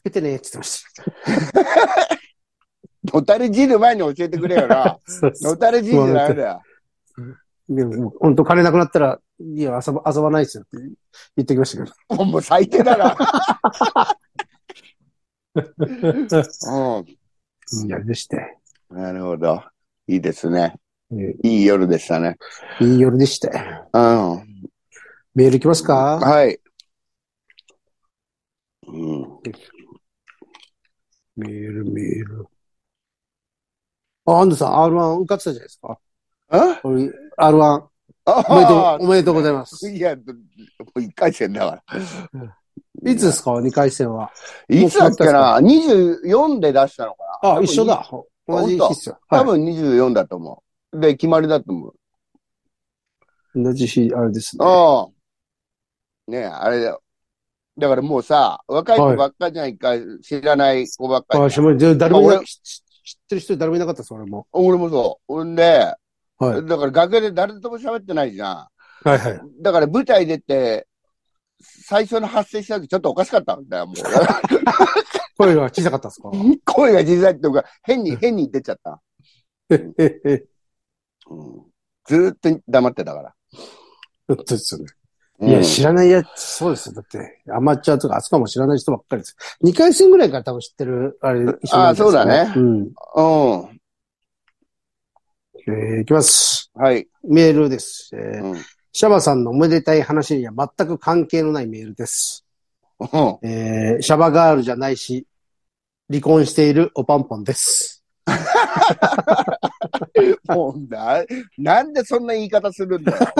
Speaker 2: つけてね、って言ってました。
Speaker 1: のたれじる前に教えてくれ
Speaker 2: [laughs]
Speaker 1: よな。のたれじるじゃないんだよ。
Speaker 2: でも、もう本当金なくなったら、いや、遊ば、遊ばないですよって言ってきましたけ
Speaker 1: もうもう最低だ
Speaker 2: [laughs]
Speaker 1: な。う
Speaker 2: ど。いや、でして。
Speaker 1: ん。なるほど。いいですね。
Speaker 2: え
Speaker 1: いい夜でしたね。
Speaker 2: いい夜でして。
Speaker 1: うん。
Speaker 2: メールいきますか
Speaker 1: はい。うん。
Speaker 2: メール、メール。あ、アンドさん、R1 受かってたじゃないですか。
Speaker 1: あ
Speaker 2: これ R1、おめでと
Speaker 1: あ
Speaker 2: う、おめでとうございます。
Speaker 1: いや、どもう一回戦だから。
Speaker 2: いつですか ?2 回戦は。
Speaker 1: いつだっけな ?24 で出したのかな
Speaker 2: あ、一緒。だ。同じ日っすよ。
Speaker 1: 多
Speaker 2: は
Speaker 1: 分24だと思う。で、決まりだと思う。
Speaker 2: い。同じ日、あれですね。
Speaker 1: ああ。ねえ、あれだよ。だからもうさ、若い子ばっかじゃん、一回知らない子ばっか
Speaker 2: あ、
Speaker 1: じ
Speaker 2: し
Speaker 1: ゃん。
Speaker 2: も誰もいな
Speaker 1: あ
Speaker 2: い、知知ってる人誰もいなかったです、俺も。
Speaker 1: 俺もそう。ほんで、
Speaker 2: はい。
Speaker 1: だから楽屋で誰とも喋ってないじゃん。
Speaker 2: はいはい。
Speaker 1: だから舞台出て、最初の発声した時ちょっとおかしかったんだよ、もう。
Speaker 2: 声が小さかったですか
Speaker 1: 声が小さいっていうか、変に、変に出ちゃった。
Speaker 2: ええ、
Speaker 1: うん、ずーっと黙ってたから。
Speaker 2: そうですよね。
Speaker 1: うん
Speaker 2: いや、知らないやつ、そうですよ。だって、アマチュアとか、あそこも知らない人ばっかりです。2回戦ぐらいから多分知ってる、あれ、一緒なんですよ
Speaker 1: あそうだね
Speaker 2: うん。
Speaker 1: うん。
Speaker 2: えーいきます。
Speaker 1: はい。
Speaker 2: メールです。えー
Speaker 1: うん。うん
Speaker 2: シャバさんのおめでたい話には全く関係のないメールです。えーシャバガールじゃないし、離婚しているおパンポンです。
Speaker 1: もうな、なんでそんな言い方するんだ [laughs] よ。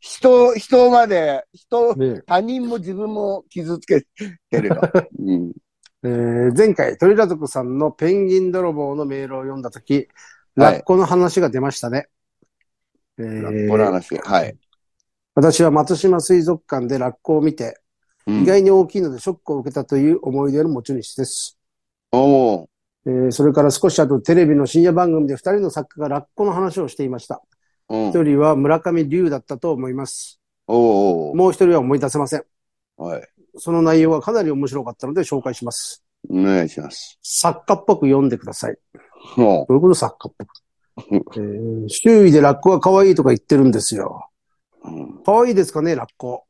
Speaker 1: 人、人まで、人、
Speaker 2: ね
Speaker 1: 他人も自分も傷つけて [laughs] るよ。うん。
Speaker 2: えー前回、鳥ラ族さんのペンギン泥棒のメールを読んだとき、
Speaker 1: はい
Speaker 2: ラッコの話が出ましたね。えー
Speaker 1: この話。はい。
Speaker 2: 私は松島水族館でラッコを見て、
Speaker 1: うん
Speaker 2: 意外に大きいのでショックを受けたという思い出の持ち主です。
Speaker 1: おう
Speaker 2: えーそれから少し後、テレビの深夜番組で二人の作家がラッコの話をしていました。
Speaker 1: うん。
Speaker 2: 一人は村上龍だったと思います。
Speaker 1: おうおう
Speaker 2: もう一人は思い出せません。
Speaker 1: はい。
Speaker 2: その内容がかなり面白かったので紹介します。
Speaker 1: お願いします。
Speaker 2: 作家っぽく読んでください。ど
Speaker 1: ほ
Speaker 2: ういうこと作家
Speaker 1: [laughs]
Speaker 2: っぽく。えー周囲でラッコが可愛いとか言ってるんですよ。
Speaker 1: う。うん
Speaker 2: 可愛いですかね、ラッコ。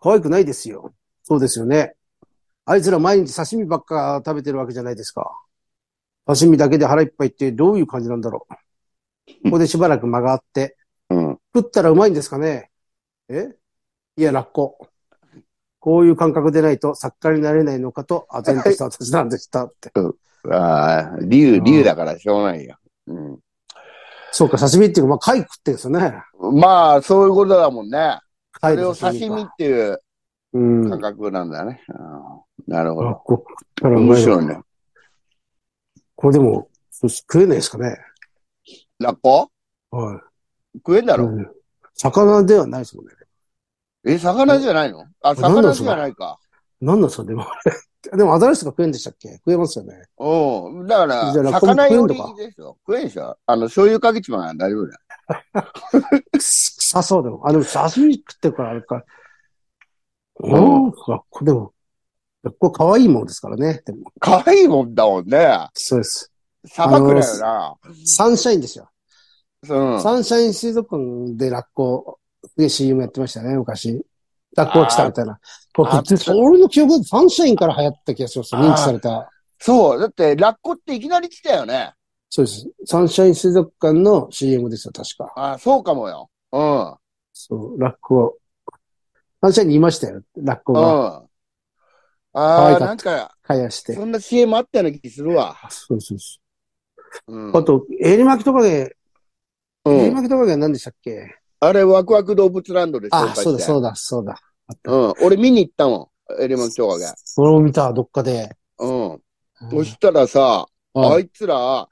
Speaker 2: 可愛くないですよ。そうですよね。あいつら毎日刺身ばっか食べてるわけじゃないですか。刺身だけで腹いっぱいってどういう感じなんだろう。ここでしばらく間があって、
Speaker 1: うん。
Speaker 2: 食ったらうまいんですかねえいや、ラッコ。こういう感覚でないと作家になれないのかと、あぜんとした私なんでしたって。
Speaker 1: ああ、竜、竜だからしょうがないよ。うん。
Speaker 2: そうか、刺身っていうか、まあ、貝食ってるんですよね。
Speaker 1: まあ、そういうことだもんね。そ
Speaker 2: 貝
Speaker 1: れ
Speaker 2: の
Speaker 1: を刺身っていう
Speaker 2: うん。
Speaker 1: 感覚なんだね。うんなるほ
Speaker 2: ラ
Speaker 1: ど
Speaker 2: ッ。コ食ったらう
Speaker 1: 面
Speaker 2: まいの
Speaker 1: 白
Speaker 2: か
Speaker 1: いね。
Speaker 2: これでも、そう食えないですかね。
Speaker 1: ラッコ
Speaker 2: はい。
Speaker 1: 食えんだろ
Speaker 2: うん魚ではないですもんね。
Speaker 1: え、魚じゃないのあ、
Speaker 2: れなんだ
Speaker 1: 魚じゃないか。
Speaker 2: なんなんですか、でも [laughs] あれ。でも、アザラシとか食えんでしたっけ食えますよね。
Speaker 1: うん。だから、
Speaker 2: じゃあラッコも
Speaker 1: 魚
Speaker 2: 食え
Speaker 1: よ
Speaker 2: んの
Speaker 1: り
Speaker 2: か
Speaker 1: ですよ。食えんでしょあの、醤油かけちまうから大丈夫だよ。
Speaker 2: くす臭そうでも。あ、でも刺身食ってるからあれか。
Speaker 1: う
Speaker 2: お
Speaker 1: ん
Speaker 2: お、かっこでも。かっこ可愛いもんですからね。でも、
Speaker 1: 可愛いもんだもんね。
Speaker 2: そうです。
Speaker 1: 砂漠だよな。
Speaker 2: サンシャインですよ。
Speaker 1: うん。
Speaker 2: サンシャイン水族館でラッコ、すげえ CM やってましたね、昔。ラッコが来たみたいな。こ
Speaker 1: あ
Speaker 2: れ、そ俺の記憶だとサンシャインから流行った気がします。
Speaker 1: あー
Speaker 2: 認知された。
Speaker 1: そう。だって、ラッコっていきなり来たよね。
Speaker 2: そうです。サンシャイン水族館の CM ですよ、確か。
Speaker 1: ああ、そうかもよ。う
Speaker 2: そう、ラッコ。サンシャインにいましたよ、ラッコ
Speaker 1: ん。うん。
Speaker 2: が
Speaker 1: あ
Speaker 2: 愛か
Speaker 1: あ、
Speaker 2: った
Speaker 1: なんか、
Speaker 2: 会話して。
Speaker 1: そんな CM あったような気するわ。
Speaker 2: そうそうそうう。あ
Speaker 1: ん。
Speaker 2: と、エリマキトカゲ、
Speaker 1: う
Speaker 2: エリ
Speaker 1: ん、
Speaker 2: マキトカゲは何でしたっけ
Speaker 1: あれ、ワクワク動物ランドで紹
Speaker 2: あ、
Speaker 1: 介して。
Speaker 2: そうだ、そううだ、そうだ。
Speaker 1: うん。俺見に行ったもん。エレマン教科が。
Speaker 2: それも見た、どっかで。
Speaker 1: うん。そしたらさ、
Speaker 2: うん
Speaker 1: あいつら、
Speaker 2: は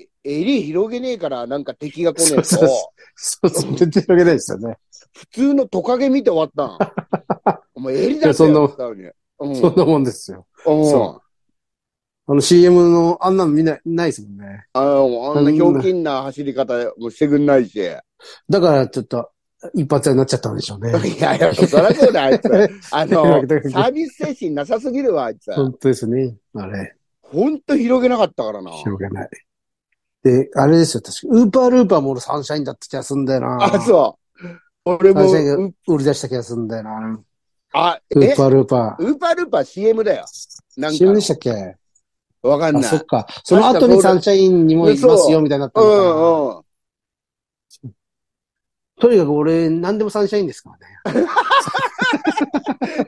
Speaker 2: い。
Speaker 1: 襟広げねえからなんか敵が来ねえ
Speaker 2: そうそうそ、
Speaker 1: と
Speaker 2: そうそう、全然わけないですよね。
Speaker 1: 普通のトカゲ見て終わっ
Speaker 2: [laughs]
Speaker 1: たん。お前襟だって
Speaker 2: いやそんな
Speaker 1: やってたのに。うん。
Speaker 2: そんなもんですよ。
Speaker 1: うん。
Speaker 2: あの CM のあんなの見ない、ないですもんね。
Speaker 1: あのあんなひょうきんな走り方もしてく
Speaker 2: [laughs]
Speaker 1: んないし。いや
Speaker 2: だからちょっと、一発屋になっちゃったんでしょ
Speaker 1: [laughs]
Speaker 2: うね。 [laughs]
Speaker 1: いや、そりゃそうだ、あいつ。あの、
Speaker 2: だから
Speaker 1: サービス精神なさすぎるわ、あいつ。
Speaker 2: 本当ですね。あれ、
Speaker 1: ほんと広げなかったからな。
Speaker 2: 広げない。で、あれですよ、確か。ウーパールーパーも俺サンシャインだった気がすんだよな。
Speaker 1: あ、そう。俺も
Speaker 2: サン、シャイン
Speaker 1: う
Speaker 2: が売り出した気がすんだよな。
Speaker 1: あ、
Speaker 2: ウ
Speaker 1: え
Speaker 2: ー、パールーパー。
Speaker 1: ウーパールーパー CM だよ。なんか
Speaker 2: CM でしたっけ
Speaker 1: わかん
Speaker 2: あ、
Speaker 1: ない。
Speaker 2: そっか。その後にサンシャインにもいますよ、みたいになった
Speaker 1: う
Speaker 2: のかなん
Speaker 1: うん。
Speaker 2: とにかく俺、何でもサンシャインですからね。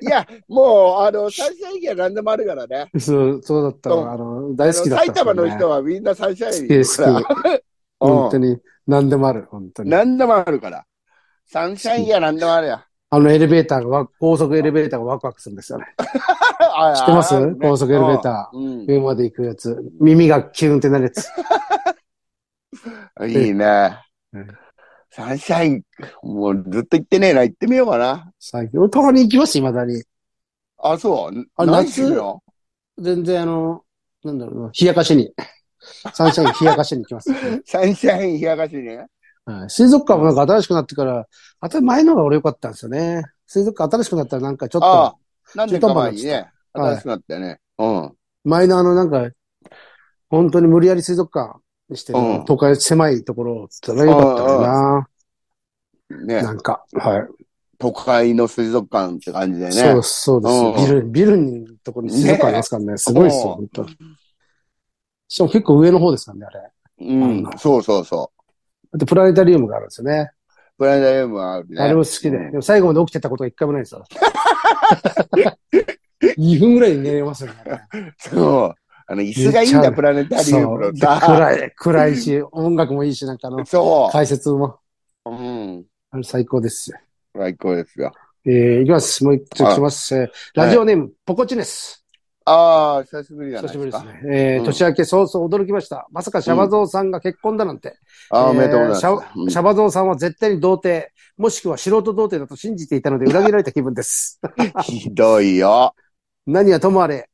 Speaker 1: いや、もう、あの、サンシャインには何でもあるからね。
Speaker 2: そう、そうだった
Speaker 1: そう
Speaker 2: わ。あの、大好きだった、
Speaker 1: あの埼玉の人はみんなサンシャイン
Speaker 2: 好き好き。本当
Speaker 1: に。
Speaker 2: に、何でもある、本当
Speaker 1: うん
Speaker 2: に。
Speaker 1: 何でもあるから。サンシャインには何でもあるや。
Speaker 2: あのエレベーターがわ、高速エレベーターがワクワクするんですよね。知
Speaker 1: 知
Speaker 2: ってます高速エレベーター。
Speaker 1: うん。
Speaker 2: 上まで行くやつ。耳がキュンってなるやつ。
Speaker 1: いいね
Speaker 2: うん。
Speaker 1: サンシャイン、もうずっと行ってねえな、行ってみようかな。
Speaker 2: 最近。俺、たまに行きます、未だに。
Speaker 1: あ、そう。
Speaker 2: あ
Speaker 1: 何
Speaker 2: 夏
Speaker 1: するの
Speaker 2: 全然あの、なんだろうな、冷やかしに。 [laughs] サンシャイン冷やかしに行き
Speaker 1: [laughs]
Speaker 2: ます。
Speaker 1: サンシャイン冷やかしね。
Speaker 2: はい水族館もなんか新しくなってから、あた前のが俺良かったんですよね。水族館新しくなったらなんかちょっ
Speaker 1: ああ
Speaker 2: と、、
Speaker 1: 何年か前にね、
Speaker 2: ちょっと前だ
Speaker 1: 新しくなったよね。うん。
Speaker 2: 前のあのなんか、本当に無理やり水族館にしてる
Speaker 1: うん
Speaker 2: 都会狭いところ、それ良かったかな。
Speaker 1: ね
Speaker 2: なんか、はい。
Speaker 1: 都会の水族館って感じでね。
Speaker 2: そうそうです。ビル、ビルにところに水族館ありますからね。すごいですよ、
Speaker 1: う
Speaker 2: 本当に。しかも結構上の方ですからね、あれ。
Speaker 1: うん。そうそうそう。
Speaker 2: あとプラネタリウムがあるんですよね。
Speaker 1: プラネタリウムはあるね。
Speaker 2: あれも好きで。
Speaker 1: うん
Speaker 2: でも最後まで起きてたことが一回もないんです [laughs] よ。2分ぐらいに寝れますよね。
Speaker 1: そう。あの、椅子がいいん
Speaker 2: めっちゃあ
Speaker 1: だ、
Speaker 2: る
Speaker 1: プラネタリウム
Speaker 2: そう
Speaker 1: のさ。
Speaker 2: 暗い、暗いし、音楽もいいし、なんかあの、
Speaker 1: そ
Speaker 2: 解説も、
Speaker 1: う。うん。
Speaker 2: あれ最高ですよ。
Speaker 1: 最高ですよ。
Speaker 2: えー、いきます。もう一丁いきます。えー
Speaker 1: はい
Speaker 2: ラジオネーム、ポコチです。
Speaker 1: ああ、久しぶりじゃ
Speaker 2: 久
Speaker 1: な
Speaker 2: し
Speaker 1: いで
Speaker 2: ぶり
Speaker 1: す
Speaker 2: で
Speaker 1: か。
Speaker 2: すね。えー
Speaker 1: うん
Speaker 2: 年明け早々驚きました。まさかシャバゾウさんが結婚だなんて。
Speaker 1: ああ、おめでとうござい
Speaker 2: え
Speaker 1: ま
Speaker 2: ーシ
Speaker 1: す。う
Speaker 2: ャ
Speaker 1: ん
Speaker 2: シャバゾウさんは絶対に童貞、もしくは素人童貞だと信じていたので裏切られた気分です。
Speaker 1: ひどいよ。
Speaker 2: 何はともあれ、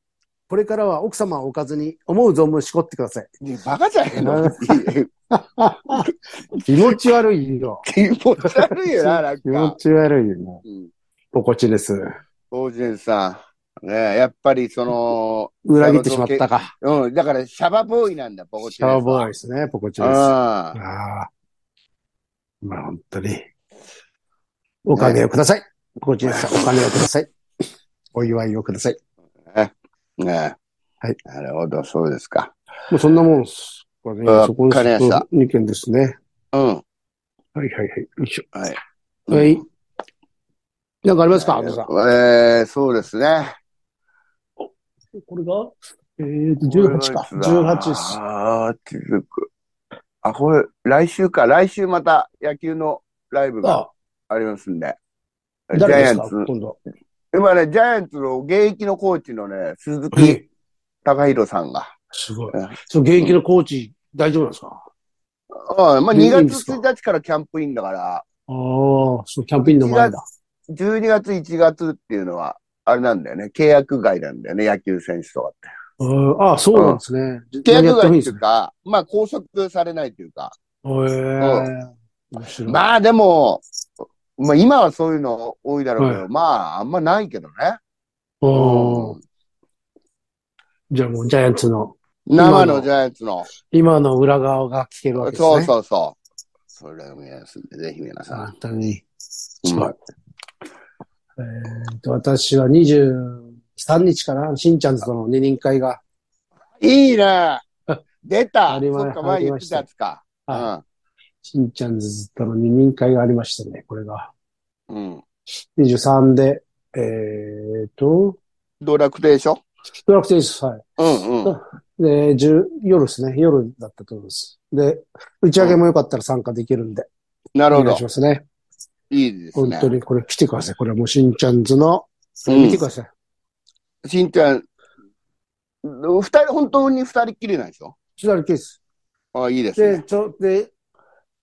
Speaker 2: これからは奥様を置かずに思う存分絞ってくださ [laughs] い。
Speaker 1: ねバカじゃない
Speaker 2: な
Speaker 1: の気
Speaker 2: 気持ち悪いよ。
Speaker 1: 持ち悪いよな、なん
Speaker 2: 気持 [laughs]
Speaker 1: か。
Speaker 2: ち悪いよ。
Speaker 1: うん
Speaker 2: 心地です。
Speaker 1: 王子さん。ねえやっぱりその、
Speaker 2: 裏切ってしまったか。
Speaker 1: うん、だからシャバボーイなんだ、ポコチ
Speaker 2: シャワーボ
Speaker 1: ーイ。
Speaker 2: ーイですね、ポコチです。あ
Speaker 1: ああ。
Speaker 2: あ。まあ本当に。お金をください。ポコチです。お金をください。お祝いをください。
Speaker 1: ねえ
Speaker 2: はい。
Speaker 1: なるほど、そうですか。
Speaker 2: もうそんなもんですかね
Speaker 1: わ。
Speaker 2: そこの
Speaker 1: かりました
Speaker 2: 2件ですね。
Speaker 1: うん。
Speaker 2: はいはいはい。よいし
Speaker 1: はい。
Speaker 2: ょ。はい。なんかありますか安
Speaker 1: え
Speaker 2: 藤さん。
Speaker 1: ーそうですね。
Speaker 2: これがえーと、18か。18です。
Speaker 1: ああ、続く。あ、これ、来週か。来週また野球のライブが
Speaker 2: あ、
Speaker 1: ありますんで。ジャ
Speaker 2: 誰
Speaker 1: イ
Speaker 2: で
Speaker 1: ア
Speaker 2: すか
Speaker 1: ンツ。
Speaker 2: 今度。
Speaker 1: 今ね、ジャイアンツの現役のコーチのね、鈴
Speaker 2: え
Speaker 1: 木隆弘さんが。
Speaker 2: すごい
Speaker 1: うん。
Speaker 2: その現役のコーチ、大丈夫なんですか
Speaker 1: うん、まあ
Speaker 2: いい
Speaker 1: 2
Speaker 2: んです
Speaker 1: 月
Speaker 2: か
Speaker 1: 1日からキャンプインだから、
Speaker 2: ああ、そのキャンペーンの前だ。
Speaker 1: 12月1月っていうのは、あれなんだよね。契約外なんだよね、野球選手とかって。
Speaker 2: うんああ、そうなんですね。
Speaker 1: 契
Speaker 2: 何やって
Speaker 1: 約外っ
Speaker 2: もい
Speaker 1: て
Speaker 2: いん
Speaker 1: い
Speaker 2: です
Speaker 1: う
Speaker 2: ね。
Speaker 1: か、まあ拘束されないというか。
Speaker 2: へえ。面白い。
Speaker 1: まあでも、まあ今はそういうの多いだろうけど、
Speaker 2: は
Speaker 1: まああんまないけどね。
Speaker 2: うんじゃあもうジャイアンツの
Speaker 1: 生のジャイアンツの。
Speaker 2: 今の裏側が聞けるわけですね。
Speaker 1: そうそうそう。それを見ますんで、ぜひ皆さん。
Speaker 2: 本当に。
Speaker 1: うん
Speaker 2: はいえーと、私は23日かな、しんちゃんとの二人会が、
Speaker 1: い
Speaker 2: [laughs]
Speaker 1: いね出た
Speaker 2: ありま
Speaker 1: そっか、前
Speaker 2: あり
Speaker 1: 言っ
Speaker 2: ま
Speaker 1: て
Speaker 2: したた
Speaker 1: やつか。
Speaker 2: はしんちゃんとの二人会がありましてね、これが。
Speaker 1: うん。うん。
Speaker 2: 23で、えーと、
Speaker 1: ドラクテーション
Speaker 2: ドラクテイス、はい。
Speaker 1: うんうん。
Speaker 2: で、10夜ですね。夜だったと思います。で、打ち上げもよかったら参加できるんで、
Speaker 1: なる
Speaker 2: お
Speaker 1: ほ
Speaker 2: 願い
Speaker 1: ど
Speaker 2: し。ますね。
Speaker 1: いいです
Speaker 2: 本
Speaker 1: ね
Speaker 2: 当。に、これ来てください。これはもうしんちゃんズの、
Speaker 1: うん
Speaker 2: 見てください。
Speaker 1: しんちゃん、二人、本当に二人っきりなんでしょ
Speaker 2: 左ケース。
Speaker 1: あいいです
Speaker 2: で、
Speaker 1: ね。
Speaker 2: ちょ、で、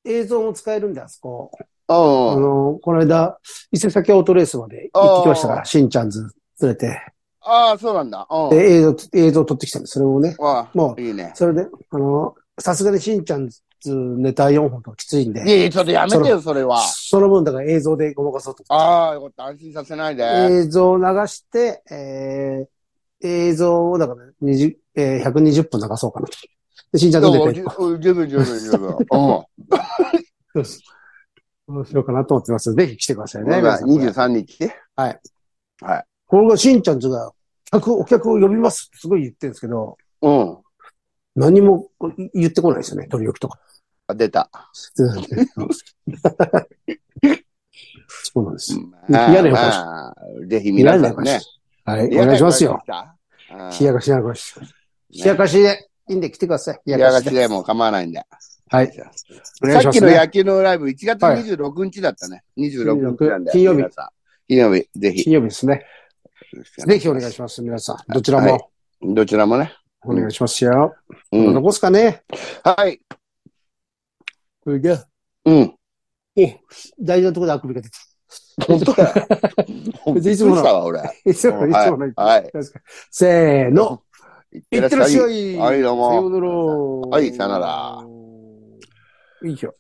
Speaker 2: 映像も使えるんで、あそこ。あ
Speaker 1: うん。
Speaker 2: の、この間、伊勢崎オートレースまで行ってきましたか
Speaker 1: あ
Speaker 2: ら、しんちゃんズ連れて。
Speaker 1: ああ、そうなんだ。う
Speaker 2: で、映
Speaker 1: ん。
Speaker 2: 像、映像撮ってきたんで、それをね、
Speaker 1: あ
Speaker 2: もう、
Speaker 1: いいね。
Speaker 2: それで、あの、さすがにしんちゃんズネタ4本とかきついん
Speaker 1: いや
Speaker 2: で、
Speaker 1: いや、ちょっとやめてよ、それは。
Speaker 2: その分だから映像でごまかそうと思って
Speaker 1: ああ、よかった。安心させないで。
Speaker 2: 映像を流して、えー、映像をだから、ね、20えー、120分流そうかなと。で、新ちゃんと
Speaker 1: どう
Speaker 2: 出
Speaker 1: じ
Speaker 2: て
Speaker 1: ゅ、十分、十分、十
Speaker 2: [laughs]
Speaker 1: 分。うん。
Speaker 2: そうですどうしようかなと思ってますので、ぜひ来てくださいね。皆さんこれ
Speaker 1: 23日
Speaker 2: はい。
Speaker 1: はい。
Speaker 2: これが新ちゃんちが、客、お客を呼びますってすごい言ってるんですけど、
Speaker 1: うん。
Speaker 2: 何も言ってこないですよね、取り置きと [laughs] か。
Speaker 1: あ、出た。
Speaker 2: そうなんです。
Speaker 1: まあ
Speaker 2: 嫌な予感
Speaker 1: まあぜひ
Speaker 2: 見ら
Speaker 1: 皆
Speaker 2: れな
Speaker 1: さ
Speaker 2: いか
Speaker 1: んね
Speaker 2: し。。はい、お
Speaker 1: 嫌な
Speaker 2: 願い
Speaker 1: 予
Speaker 2: し
Speaker 1: 感
Speaker 2: ますよ
Speaker 1: し。た。うん
Speaker 2: 冷やかし、冷やかし。
Speaker 1: ね
Speaker 2: 冷やかしで、いいんで来てください。冷
Speaker 1: 冷
Speaker 2: や
Speaker 1: や
Speaker 2: か
Speaker 1: か
Speaker 2: し
Speaker 1: し
Speaker 2: で。
Speaker 1: でも構わないんで。
Speaker 2: はい。お願いしま
Speaker 1: さっき
Speaker 2: す
Speaker 1: の
Speaker 2: ね
Speaker 1: 野球のライブ1月
Speaker 2: はい
Speaker 1: 26日だったね。26日なんで。
Speaker 2: 金曜日
Speaker 1: 皆さん。金曜日、ぜひ。
Speaker 2: 金曜日ですね。ぜひお願い
Speaker 1: し
Speaker 2: します、皆さん。どちらも
Speaker 1: ます。どちらもね。
Speaker 2: お願いしますよ。
Speaker 1: うん。
Speaker 2: 残すかね
Speaker 1: はい。
Speaker 2: これで
Speaker 1: うん。
Speaker 2: 大事なところであくびが出て
Speaker 1: 本当 [laughs] だよ。びっくりしたわ、俺。
Speaker 2: る。いつもの、いつもの。
Speaker 1: はい。
Speaker 2: せーの。
Speaker 1: いっ
Speaker 2: いってらっしゃい。
Speaker 1: はい、どうも。
Speaker 2: さようなら。
Speaker 1: はいさよなら。
Speaker 2: いいよ。